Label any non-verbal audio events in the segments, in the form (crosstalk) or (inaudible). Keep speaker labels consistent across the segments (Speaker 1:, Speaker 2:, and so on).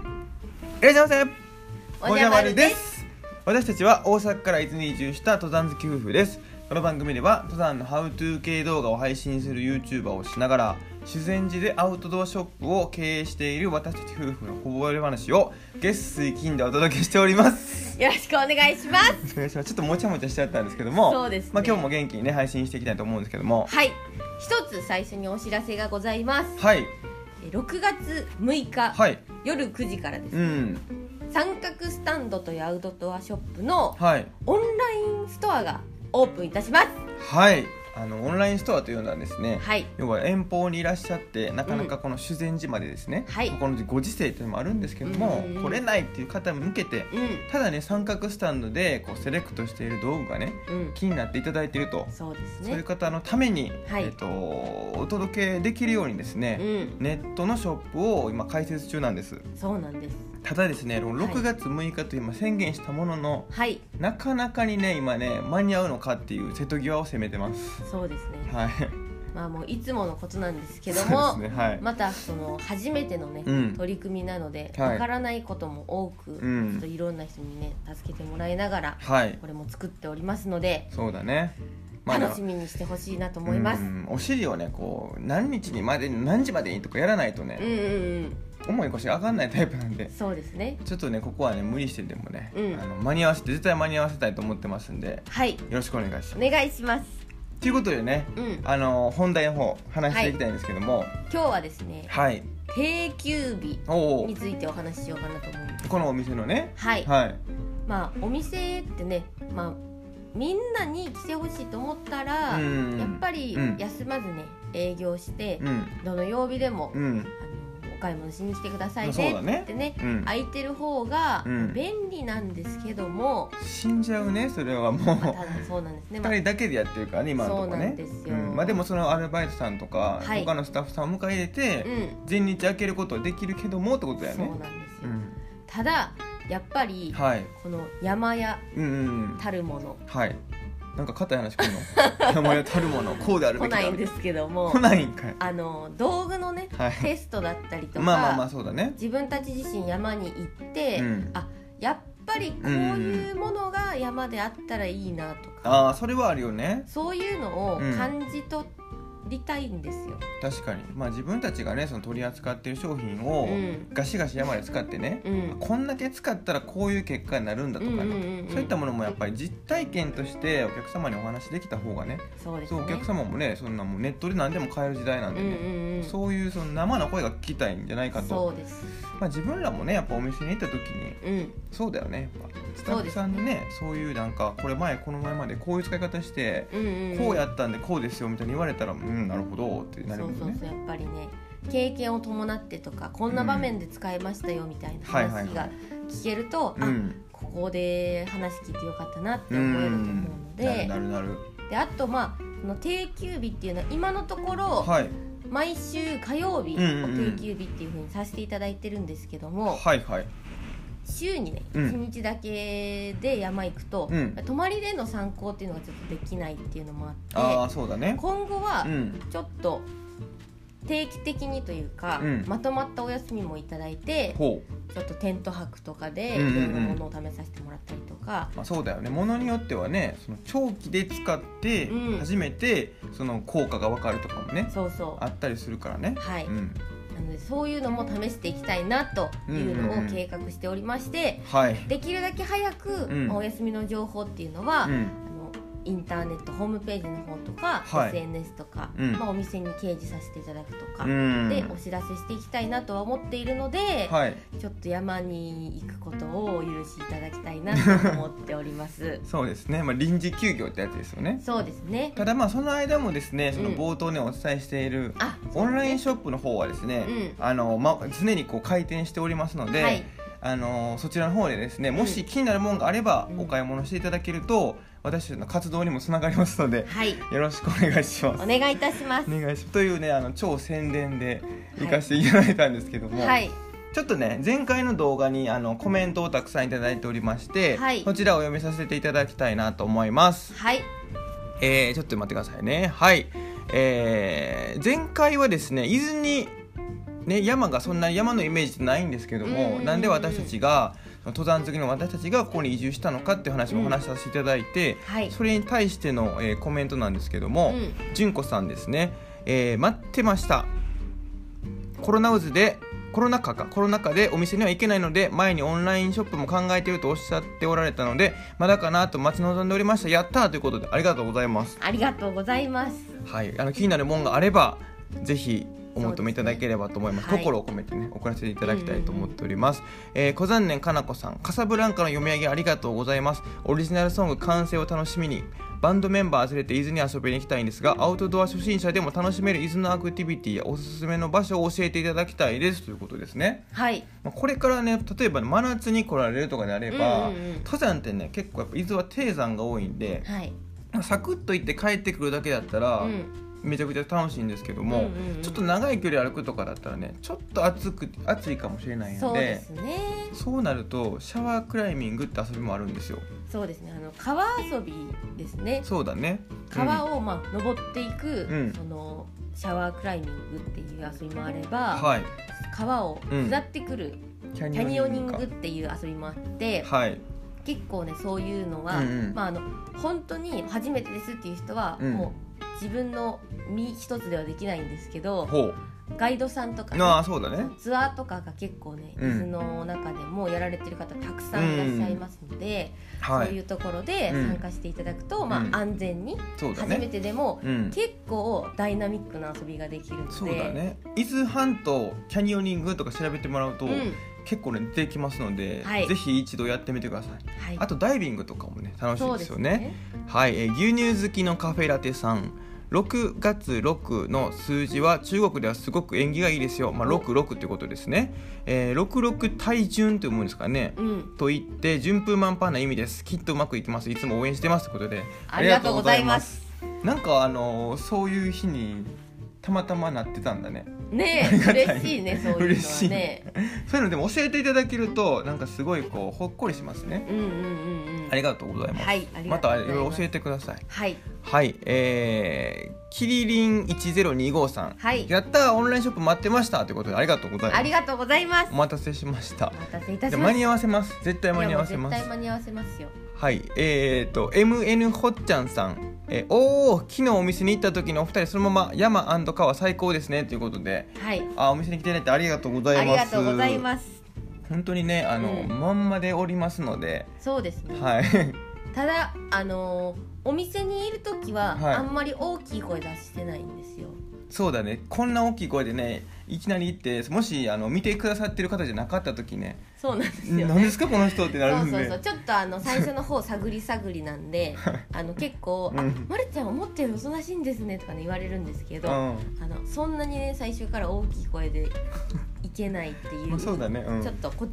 Speaker 1: らっしゃいませ
Speaker 2: おじゃまるです
Speaker 1: す私たちは大阪から伊豆に移住した登山好き夫婦ですこの番組では登山のハウトゥー系動画を配信する YouTuber をしながら修善寺でアウトドアショップを経営している私たち夫婦のこぼれ話を月水金でお届けしております
Speaker 2: よろしくお願いします
Speaker 1: お願いしますちょっともちゃもちゃしちゃったんですけども
Speaker 2: そうですね
Speaker 1: まあ、今日も元気にね配信していきたいと思うんですけども
Speaker 2: はい一つ最初にお知らせがございます
Speaker 1: はい
Speaker 2: え6月6日、
Speaker 1: はい
Speaker 2: 夜9時からです、
Speaker 1: うん
Speaker 2: 三角スタンドというアウトドアショップの
Speaker 1: はい
Speaker 2: オンラインストアがオープンいたします
Speaker 1: はいあのオンラインストアというのはですね、
Speaker 2: はい
Speaker 1: 要は遠方にいらっしゃってなかなかこの修善寺までですね、
Speaker 2: はい
Speaker 1: ここのご時世というのもあるんですけども、
Speaker 2: うん
Speaker 1: 来れないっていう方に向けて
Speaker 2: うん
Speaker 1: ただね三角スタンドでこうセレクトしている道具がね
Speaker 2: うん
Speaker 1: 気になっていただいていると、
Speaker 2: そうです
Speaker 1: そういう
Speaker 2: ね
Speaker 1: 方のために、
Speaker 2: はい
Speaker 1: えっとお届けできるようにです
Speaker 2: う
Speaker 1: ね、
Speaker 2: ん
Speaker 1: ネットのショップを今開設中なんです
Speaker 2: そうなんです
Speaker 1: ただですね
Speaker 2: い
Speaker 1: 6月6日と今宣言したものの、
Speaker 2: はい
Speaker 1: なかなかにね今ね間に合うのかっていう瀬戸際を攻めてます
Speaker 2: そうですね
Speaker 1: はい
Speaker 2: まあもういつものことなんですけど
Speaker 1: そ
Speaker 2: も、
Speaker 1: うですねはい、
Speaker 2: またその初めてのね、
Speaker 1: うん
Speaker 2: 取り組みなので
Speaker 1: はい
Speaker 2: わからないことも多く、
Speaker 1: うん
Speaker 2: ちょっといろんな人にね助けてもらいながら
Speaker 1: はい
Speaker 2: これも作っておりますので、
Speaker 1: そうだね、あ
Speaker 2: 楽しみにしてほしいなと思います。
Speaker 1: うんお尻をねこう何日にまでに何時までにとかやらないと
Speaker 2: うん
Speaker 1: ね、
Speaker 2: うんうん、
Speaker 1: 重い腰上がんないタイプなんで
Speaker 2: そうですね。
Speaker 1: ちょっとねここはね無理してでもね、
Speaker 2: うん
Speaker 1: あの間に合わせて絶対間に合わせたいと思ってますんでよ
Speaker 2: はい、
Speaker 1: ろしくお願いします
Speaker 2: お願いします。
Speaker 1: ということでね、
Speaker 2: うん、
Speaker 1: あの本題の方話していきたいんですけども
Speaker 2: 今日はですね、
Speaker 1: はい、
Speaker 2: 定休日
Speaker 1: おお
Speaker 2: についてお話ししようかなと思うんです。
Speaker 1: このお店のね
Speaker 2: はい、
Speaker 1: はい
Speaker 2: まあお店ってね、まあみんなに来てほしいと思ったら、
Speaker 1: うん
Speaker 2: やっぱり
Speaker 1: うん
Speaker 2: 休まずね営業して、
Speaker 1: うん
Speaker 2: どの曜日でも、
Speaker 1: うん
Speaker 2: あのお買い物しに来てください
Speaker 1: そう
Speaker 2: ね
Speaker 1: だね
Speaker 2: ってね。
Speaker 1: うん
Speaker 2: 空いてる方が
Speaker 1: うん
Speaker 2: 便利なんですけ
Speaker 1: (laughs)
Speaker 2: ども、
Speaker 1: 死んじゃうねそれはも
Speaker 2: まあ
Speaker 1: う
Speaker 2: ただそうなんですね、まあ
Speaker 1: 2人だけでやってるからね今のとこ
Speaker 2: そう
Speaker 1: ね
Speaker 2: なんですよ
Speaker 1: まあ、でもそのアルバイトさんとか、
Speaker 2: はい
Speaker 1: 他のスタッフさんを迎え入れて、
Speaker 2: うん、
Speaker 1: 全日空けることはできるけどもってことだよ
Speaker 2: そう
Speaker 1: ね
Speaker 2: なんです
Speaker 1: う
Speaker 2: よ、
Speaker 1: ん
Speaker 2: ただやっぱり
Speaker 1: はい
Speaker 2: この山や
Speaker 1: うんうんうん
Speaker 2: たるもの
Speaker 1: はいなんか硬い話くるの (laughs) 山やたるものこうである
Speaker 2: 来
Speaker 1: べきだ
Speaker 2: ないんですけども
Speaker 1: 来ないんかい
Speaker 2: あの道具のね
Speaker 1: はい
Speaker 2: テストだったりとか、
Speaker 1: (laughs) まあまあまあそうだね
Speaker 2: 自分たち自身山に行って、
Speaker 1: うん
Speaker 2: あやっぱりこういうものが山であったらいいなとか、
Speaker 1: ああそれはあるよね
Speaker 2: そういうのを
Speaker 1: うん
Speaker 2: 感じ取りたいんですよ。
Speaker 1: 確かにまあ自分たちがねその取り扱ってる商品を
Speaker 2: うん
Speaker 1: ガシガシ山で使ってね、
Speaker 2: うん
Speaker 1: こんだけ使ったらこういう結果になるんだとかね、
Speaker 2: うんうんうんうん
Speaker 1: そういったものもやっぱり実体験としてお客様にお話できた方がね
Speaker 2: そうです
Speaker 1: そう
Speaker 2: ね
Speaker 1: お客様もねそんなもうネットで何でも買える時代なんでね、
Speaker 2: うんうんうん、そう
Speaker 1: そういうその生の声が聞きたいんじゃないかと、
Speaker 2: です、
Speaker 1: まあ、自分らもねやっぱお店に行った時に
Speaker 2: うん、
Speaker 1: そうだよねやっぱスタッフさんのねそういうなんかこれ前この前までこういう使い方して、
Speaker 2: うんうんうん
Speaker 1: こうやったんでこうですよみたいに言われたらうんなるほどってなるも
Speaker 2: そうんそう
Speaker 1: ね
Speaker 2: そうやっぱりね経験を伴ってとかこんな場面で使えましたよみたいな
Speaker 1: はいはい
Speaker 2: 話
Speaker 1: は
Speaker 2: が聞けると、
Speaker 1: う
Speaker 2: あ
Speaker 1: ん
Speaker 2: ここで話聞いてよかったなって思えると思うので,、
Speaker 1: なるなるなる
Speaker 2: であとまあその定休日っていうのは今のところ、
Speaker 1: はい
Speaker 2: 毎週火曜日を
Speaker 1: うんうんうん
Speaker 2: 定休日っていうふうにさせていただいてるんですけども、
Speaker 1: はいはい
Speaker 2: 週にね
Speaker 1: うん
Speaker 2: 1日だけで山行くと、
Speaker 1: うん
Speaker 2: 泊まりでの参考っていうのがちょっとできないっていうのも
Speaker 1: あ
Speaker 2: あっ
Speaker 1: あ
Speaker 2: て
Speaker 1: そうだね
Speaker 2: 今後は、
Speaker 1: うん
Speaker 2: ちょっと定期的にというか、
Speaker 1: うん
Speaker 2: まとまったお休みもいただいて
Speaker 1: ほう
Speaker 2: ちょっとテント泊とかでい
Speaker 1: うん
Speaker 2: ろ
Speaker 1: うんうん
Speaker 2: んなものを試させてもらったりとか、
Speaker 1: まあ、そうだよねものによってはねその長期で使って
Speaker 2: うん
Speaker 1: 初めてその効果が分かるとかもね、
Speaker 2: そうそう
Speaker 1: あったりするからね、
Speaker 2: はい、
Speaker 1: うん、
Speaker 2: なのでそういうのも試していきたいなというのを計画しておりまして、
Speaker 1: はい、
Speaker 2: できるだけ早く
Speaker 1: うん
Speaker 2: お休みの情報っていうの
Speaker 1: う
Speaker 2: は、あ
Speaker 1: ん、
Speaker 2: のインターネットホームページの方とか、
Speaker 1: はい
Speaker 2: SNS とか、
Speaker 1: うん
Speaker 2: まあ、お店に掲示させていただくとか、
Speaker 1: うん
Speaker 2: でお知らせしていきたいなとは思っているので、
Speaker 1: はい。
Speaker 2: ちょっと山に行くことをお許しいただきたいなと思っております (laughs)
Speaker 1: そうですね、まあ、臨時休業ってやつですよね
Speaker 2: そうですね。
Speaker 1: ただまあその間もですねその
Speaker 2: うん
Speaker 1: 冒頭ねお伝えしている、
Speaker 2: あ、
Speaker 1: オンラインショップの方はですね、
Speaker 2: う
Speaker 1: あのま、常にこう開店しておりますので、
Speaker 2: はい
Speaker 1: あのそちらの方でですねもし気になるものがあれば
Speaker 2: うん
Speaker 1: お買い物していただけると、私たちの活動にもつながりますので
Speaker 2: はい、
Speaker 1: よろしくお願いします。
Speaker 2: お願いいたします。
Speaker 1: お願いしますというねあの超宣伝で
Speaker 2: はい
Speaker 1: 行かせていただいたんですけども、
Speaker 2: はい、
Speaker 1: ちょっとね前回の動画にあのコメントをたくさんいただいておりまして、
Speaker 2: はい
Speaker 1: こちらをお読みさせていただきたいなと思います。
Speaker 2: はい、
Speaker 1: えー、ちょっと待ってくださいねはいえー、前回はですね伊豆にね、山がそんなに山のイメージってないんですけど
Speaker 2: うんうん
Speaker 1: も、
Speaker 2: うん
Speaker 1: なんで私たちがその登山好きの私たちがここに移住したのかっていう話もお話しさせていただいて、
Speaker 2: はい
Speaker 1: それに対しての、えーコメントなんですけども、
Speaker 2: うん
Speaker 1: 純子さんですね、えー待ってましたコロナ渦でコロナ禍かコロナ禍でお店には行けないので前にオンラインショップも考えているとおっしゃっておられたのでまだかなと待ち望んでおりましたやったーということでありがとうございます
Speaker 2: ありがとうございます
Speaker 1: はいあの気になるもんがあればぜひお求めいただければと思います
Speaker 2: そうですね
Speaker 1: 心を込めてね送らせていただきたいと思っております、えー小山年かなこさん「カサブランカ」の読み上げありがとうございますオリジナルソング完成を楽しみにバンドメンバー連れて伊豆に遊びに行きたいんですがアウトドア初心者でも楽しめる伊豆のアクティビティやおすすめの場所を教えていただきたいですということですね、
Speaker 2: はい
Speaker 1: まあ、これからね例えばね真夏に来られるとかであれば、
Speaker 2: うんうんうん
Speaker 1: 登山ってね結構やっぱ伊豆は低山が多いんで
Speaker 2: はい
Speaker 1: サクッと行って帰ってくるだけだったら、
Speaker 2: うん
Speaker 1: めちゃくちゃ楽しいんですけども、
Speaker 2: うんうんうん
Speaker 1: ちょっと長い距離歩くとかだったらねちょっと暑く暑いかもしれないので
Speaker 2: そうですね
Speaker 1: そうなるとシャワークライミングって遊びもあるんですよ
Speaker 2: そうですねあの川遊びですね
Speaker 1: そうだね
Speaker 2: 川
Speaker 1: を、
Speaker 2: をまあ登っていく、
Speaker 1: うん
Speaker 2: そのシャワークライミングっていう遊びもあれ
Speaker 1: う
Speaker 2: ば、
Speaker 1: んはい
Speaker 2: 川を下ってくる、
Speaker 1: キャ
Speaker 2: キャニオニン
Speaker 1: か
Speaker 2: グっていう遊びもあって、
Speaker 1: はい
Speaker 2: 結構ねそういうのは、
Speaker 1: うんうん
Speaker 2: まあ、あの本当に初めてですっていう人は、
Speaker 1: うん
Speaker 2: もう自分の身一つではできないんですけど
Speaker 1: ほう
Speaker 2: ガイドさんとかね、
Speaker 1: ああそうだね
Speaker 2: ツアーとかが結構ね伊
Speaker 1: うん
Speaker 2: 豆の中でもやられてる方たくさんいらっしゃいますので、
Speaker 1: は
Speaker 2: そうい
Speaker 1: いう
Speaker 2: ところで
Speaker 1: うん
Speaker 2: 参加していただくと、ま
Speaker 1: うん
Speaker 2: あ、安全に
Speaker 1: そうだ
Speaker 2: 初め
Speaker 1: ね
Speaker 2: てでも
Speaker 1: うん
Speaker 2: 結構ダイナミックな遊びができるので
Speaker 1: そうだね伊豆半島キャニオニングとか調べてもらうと、
Speaker 2: うん
Speaker 1: 結構ね出てきますので、
Speaker 2: はい
Speaker 1: ぜひ一度やってみてください
Speaker 2: はい、
Speaker 1: あとダイビングとかもね楽しい
Speaker 2: そう
Speaker 1: で
Speaker 2: ですす
Speaker 1: よね
Speaker 2: ね
Speaker 1: はい、えー牛乳好きのカフェラテさん6月6の数字は中国ではすごく縁起がいいですよ、まあ、66ってことですね、えー、66体順というんですかね
Speaker 2: うん、
Speaker 1: と言って順風満帆な意味ですきっとうまくいきますいつも応援してますということで
Speaker 2: ありがとうございます。
Speaker 1: なんかあのーそういう日にたまたまなってたんだね
Speaker 2: ねえ、
Speaker 1: ありがたい
Speaker 2: 嬉しいね、そういうのはね。
Speaker 1: そういうのでも教えていただけるとなんかすごいこうほっこりしますね
Speaker 2: うんうんうんうん。
Speaker 1: ありがとうございます、
Speaker 2: はい、あり
Speaker 1: ま
Speaker 2: がとう
Speaker 1: た
Speaker 2: ご
Speaker 1: い
Speaker 2: ざ
Speaker 1: ろ
Speaker 2: い
Speaker 1: いろ
Speaker 2: ます
Speaker 1: 教えてください
Speaker 2: はい、
Speaker 1: はい、えー、キリリン1025さん、
Speaker 2: はい
Speaker 1: やったーオンラインショップ待ってましたということでありがとうございま
Speaker 2: あ
Speaker 1: す
Speaker 2: りがとうございます。
Speaker 1: お待たせしました
Speaker 2: お待たせいた
Speaker 1: じ
Speaker 2: し
Speaker 1: ゃあ
Speaker 2: ま
Speaker 1: 間
Speaker 2: した。
Speaker 1: に合わせます絶対間に合わせま
Speaker 2: いやもう絶
Speaker 1: す
Speaker 2: 対間に合わせますよ。
Speaker 1: はいえー、と MN ほっちゃんさんえーおお昨日お店に行った時のお二人そのまま山川最高ですねということで
Speaker 2: はい、
Speaker 1: あーお店に来ていただいてありがとうござ
Speaker 2: あ
Speaker 1: い
Speaker 2: り
Speaker 1: ます
Speaker 2: がとうござい
Speaker 1: す
Speaker 2: ます。
Speaker 1: 本当にねあの、
Speaker 2: うん
Speaker 1: まんまでおりますので
Speaker 2: そうですね。
Speaker 1: はい (laughs)
Speaker 2: ただ、あのーお店にいる時は、
Speaker 1: はい
Speaker 2: あんまり大きい声出してないんですよ。
Speaker 1: そうだねこんな大きい声でねいきなり行ってもしあの見てくださってる方じゃなかった時ね
Speaker 2: そうなんですよ
Speaker 1: 何
Speaker 2: ね。
Speaker 1: ですかこの人ってな
Speaker 2: そ
Speaker 1: る
Speaker 2: うん
Speaker 1: で
Speaker 2: そうそうちょっとあの最初の方探り探りなんで
Speaker 1: (laughs)
Speaker 2: あの結構「あ
Speaker 1: うん
Speaker 2: まるちゃん思ったよりおとなしいんですね」とかね言われるんですけど、
Speaker 1: うん
Speaker 2: あのそんなにね最初から大きい声でいけないっていう,、
Speaker 1: まあそうだねうん
Speaker 2: ちょっとこ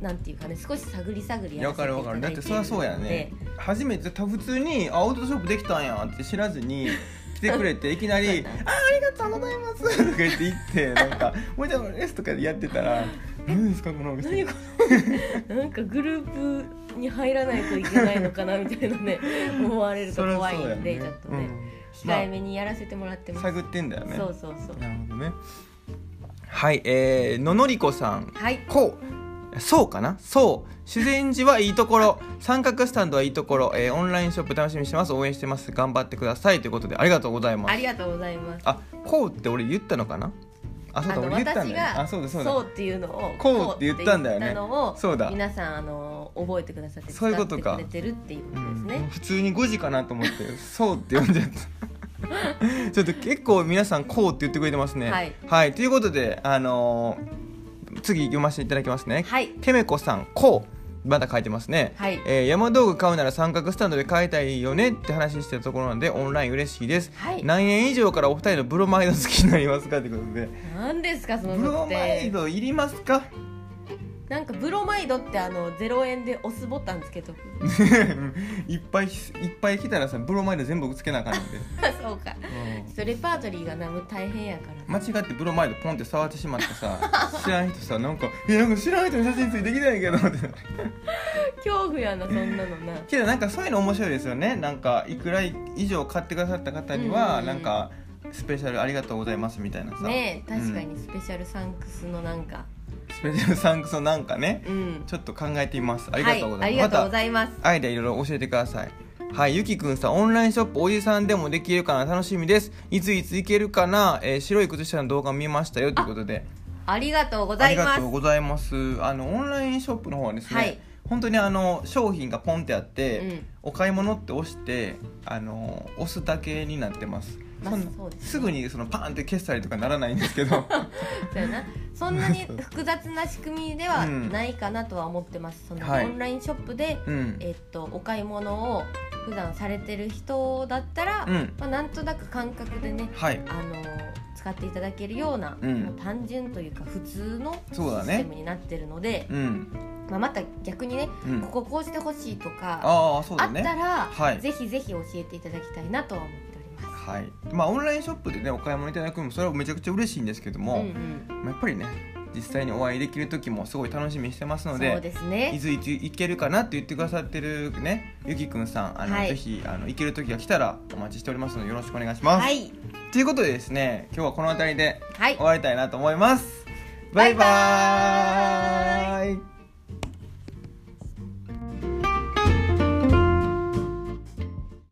Speaker 2: なんていうかね少し探り探り
Speaker 1: いや
Speaker 2: や
Speaker 1: わかるわかるだってそりゃそうやね
Speaker 2: で
Speaker 1: 初めてた普通に「あアウトドアショップできたんや」って知らず
Speaker 2: (laughs)
Speaker 1: に来てくれていきな
Speaker 2: そうや
Speaker 1: り「
Speaker 2: な
Speaker 1: あありがとうございます」 (laughs) とか言って行ってなんか「もうじゃあレス」とかでやってたら
Speaker 2: (laughs)
Speaker 1: 「何ですかこのお
Speaker 2: 何
Speaker 1: 店
Speaker 2: この (laughs) なんかグループに入らないといけないのかなみたい
Speaker 1: (laughs)
Speaker 2: なね思われると
Speaker 1: りゃ
Speaker 2: 怖い
Speaker 1: そうや
Speaker 2: んで、
Speaker 1: ね
Speaker 2: ちょっと
Speaker 1: う
Speaker 2: ね、
Speaker 1: ん
Speaker 2: 控えめにやらせてもらって
Speaker 1: まあ
Speaker 2: ます、
Speaker 1: 探ってんだよね
Speaker 2: そうそうそう
Speaker 1: なるほどねはいえー、ののりこさん
Speaker 2: はい
Speaker 1: こうそうかなそう修善寺はいいところ三角スタンドはいいところ、えーオンラインショップ楽しみにしてます応援してます頑張ってくださいということでありがとうございま
Speaker 2: あ
Speaker 1: す
Speaker 2: りがとうございます
Speaker 1: あこうって俺言ったのかなあそうだ
Speaker 2: の
Speaker 1: 俺言ったん
Speaker 2: 私
Speaker 1: だよね
Speaker 2: が
Speaker 1: あそうだそうだ
Speaker 2: っていうのを
Speaker 1: こうって言ったんだよね
Speaker 2: こうって言ったのを
Speaker 1: そうだ
Speaker 2: 皆さんあの覚えてくださって
Speaker 1: そういうことか
Speaker 2: 使ってくれてるっていうこ
Speaker 1: う
Speaker 2: とです
Speaker 1: ん
Speaker 2: ね、
Speaker 1: 普通に5時かなと思って「 (laughs) そう」って呼んじゃった (laughs) ちょっと結構皆さん「こう」って言ってくれてますね
Speaker 2: はい、
Speaker 1: ということであのー次読ませていただきますね
Speaker 2: はい
Speaker 1: けめこさん「こう」まだ書いてますね、
Speaker 2: はい
Speaker 1: えー山道具買うなら三角スタンドで買いたいよねって話してたところなのでオンライン嬉しいです、
Speaker 2: はい
Speaker 1: 何円以上からお二人のブロマイド好きになりますかってことで
Speaker 2: なんですかその
Speaker 1: ブロ
Speaker 2: 特
Speaker 1: マイ
Speaker 2: 典
Speaker 1: ドいりますか (laughs)
Speaker 2: なんかブロマイドってあのゼロ円で押すボタンつけとく (laughs)
Speaker 1: いっぱいいっぱい来たらさブロマイド全部つけなあかんの
Speaker 2: (laughs)
Speaker 1: で、
Speaker 2: そうか
Speaker 1: うん
Speaker 2: ちょっとレパートリーがなむ大変やか
Speaker 1: 間
Speaker 2: ら
Speaker 1: 違ってブロマイドポンって触ってしまってさ (laughs) 知らん人さなんか「いやなんか知らん人の写真ついてきたんやけど」って
Speaker 2: 恐怖やなそんなのな
Speaker 1: けどなんかそういうの面白いですよねなんかいくら以上買ってくださった方には、
Speaker 2: うんうんうん
Speaker 1: なんかスペシャルありがとうございますみたいなさ、
Speaker 2: ねえ確かにスペシャルサンクスのなんか
Speaker 1: スペシャルサンクスのなんかね
Speaker 2: うん
Speaker 1: ちょっと考えてみますありがとうございます、
Speaker 2: はい、ありがとうございます
Speaker 1: アイデアいろいろ教えてくださいはいゆきくんさんオンラインショップおじさんでもできるかな楽しみですいついつ行けるかな、えー白い靴下の動画見ましたよということで
Speaker 2: ありがとうご
Speaker 1: あ
Speaker 2: ざ
Speaker 1: り
Speaker 2: い
Speaker 1: が
Speaker 2: ます
Speaker 1: とうございますあのオンラインショップの方はですね、
Speaker 2: はい
Speaker 1: 本当にあの商品がポンってあって、
Speaker 2: うん
Speaker 1: お買い物って押してあの押すだけになってます、
Speaker 2: まあ
Speaker 1: そんな
Speaker 2: そうですね
Speaker 1: すぐにそのパーンって決済とかならないんですけ
Speaker 2: (laughs)
Speaker 1: ど
Speaker 2: そうやなそんなに複雑な仕組みではないかなとは思ってます、その
Speaker 1: はい
Speaker 2: オンラインショップで、
Speaker 1: うん
Speaker 2: えっと、お買い物を普段されてる人だったら、
Speaker 1: うん
Speaker 2: まあ、なんとなく感覚でね、
Speaker 1: はい
Speaker 2: あの使っていただけるような、
Speaker 1: うん
Speaker 2: もう単純というか普通のシ
Speaker 1: そうだね
Speaker 2: ステムになってるので、
Speaker 1: うん
Speaker 2: まあ、また逆にね、
Speaker 1: うん
Speaker 2: こここうしてほしいとか
Speaker 1: ああそうだ
Speaker 2: あっ
Speaker 1: ね
Speaker 2: たら、
Speaker 1: はい
Speaker 2: ぜひぜひ教えていただきたいなとは思っております。
Speaker 1: はいまあ、オンラインショップでねお買い物いただくのもそれはめちゃくちゃ嬉しいんですけども、
Speaker 2: うん
Speaker 1: まあやっぱりね実際にお会いできる時もすごい楽しみにしてます
Speaker 2: う
Speaker 1: の
Speaker 2: ん、そう
Speaker 1: で
Speaker 2: です
Speaker 1: い
Speaker 2: ね
Speaker 1: ついつ行けるかなって言ってくださってるねゆきくんさんあの、
Speaker 2: はい
Speaker 1: ぜひあの行ける時が来たらお待ちしておりますのでよろしくお願いします。
Speaker 2: は、い、
Speaker 1: ということでですね今日はこの辺りで
Speaker 2: はい
Speaker 1: 終わりたいなと思います。
Speaker 2: バ
Speaker 1: バ
Speaker 2: イ
Speaker 1: イ
Speaker 2: バ
Speaker 1: バ
Speaker 2: ーイ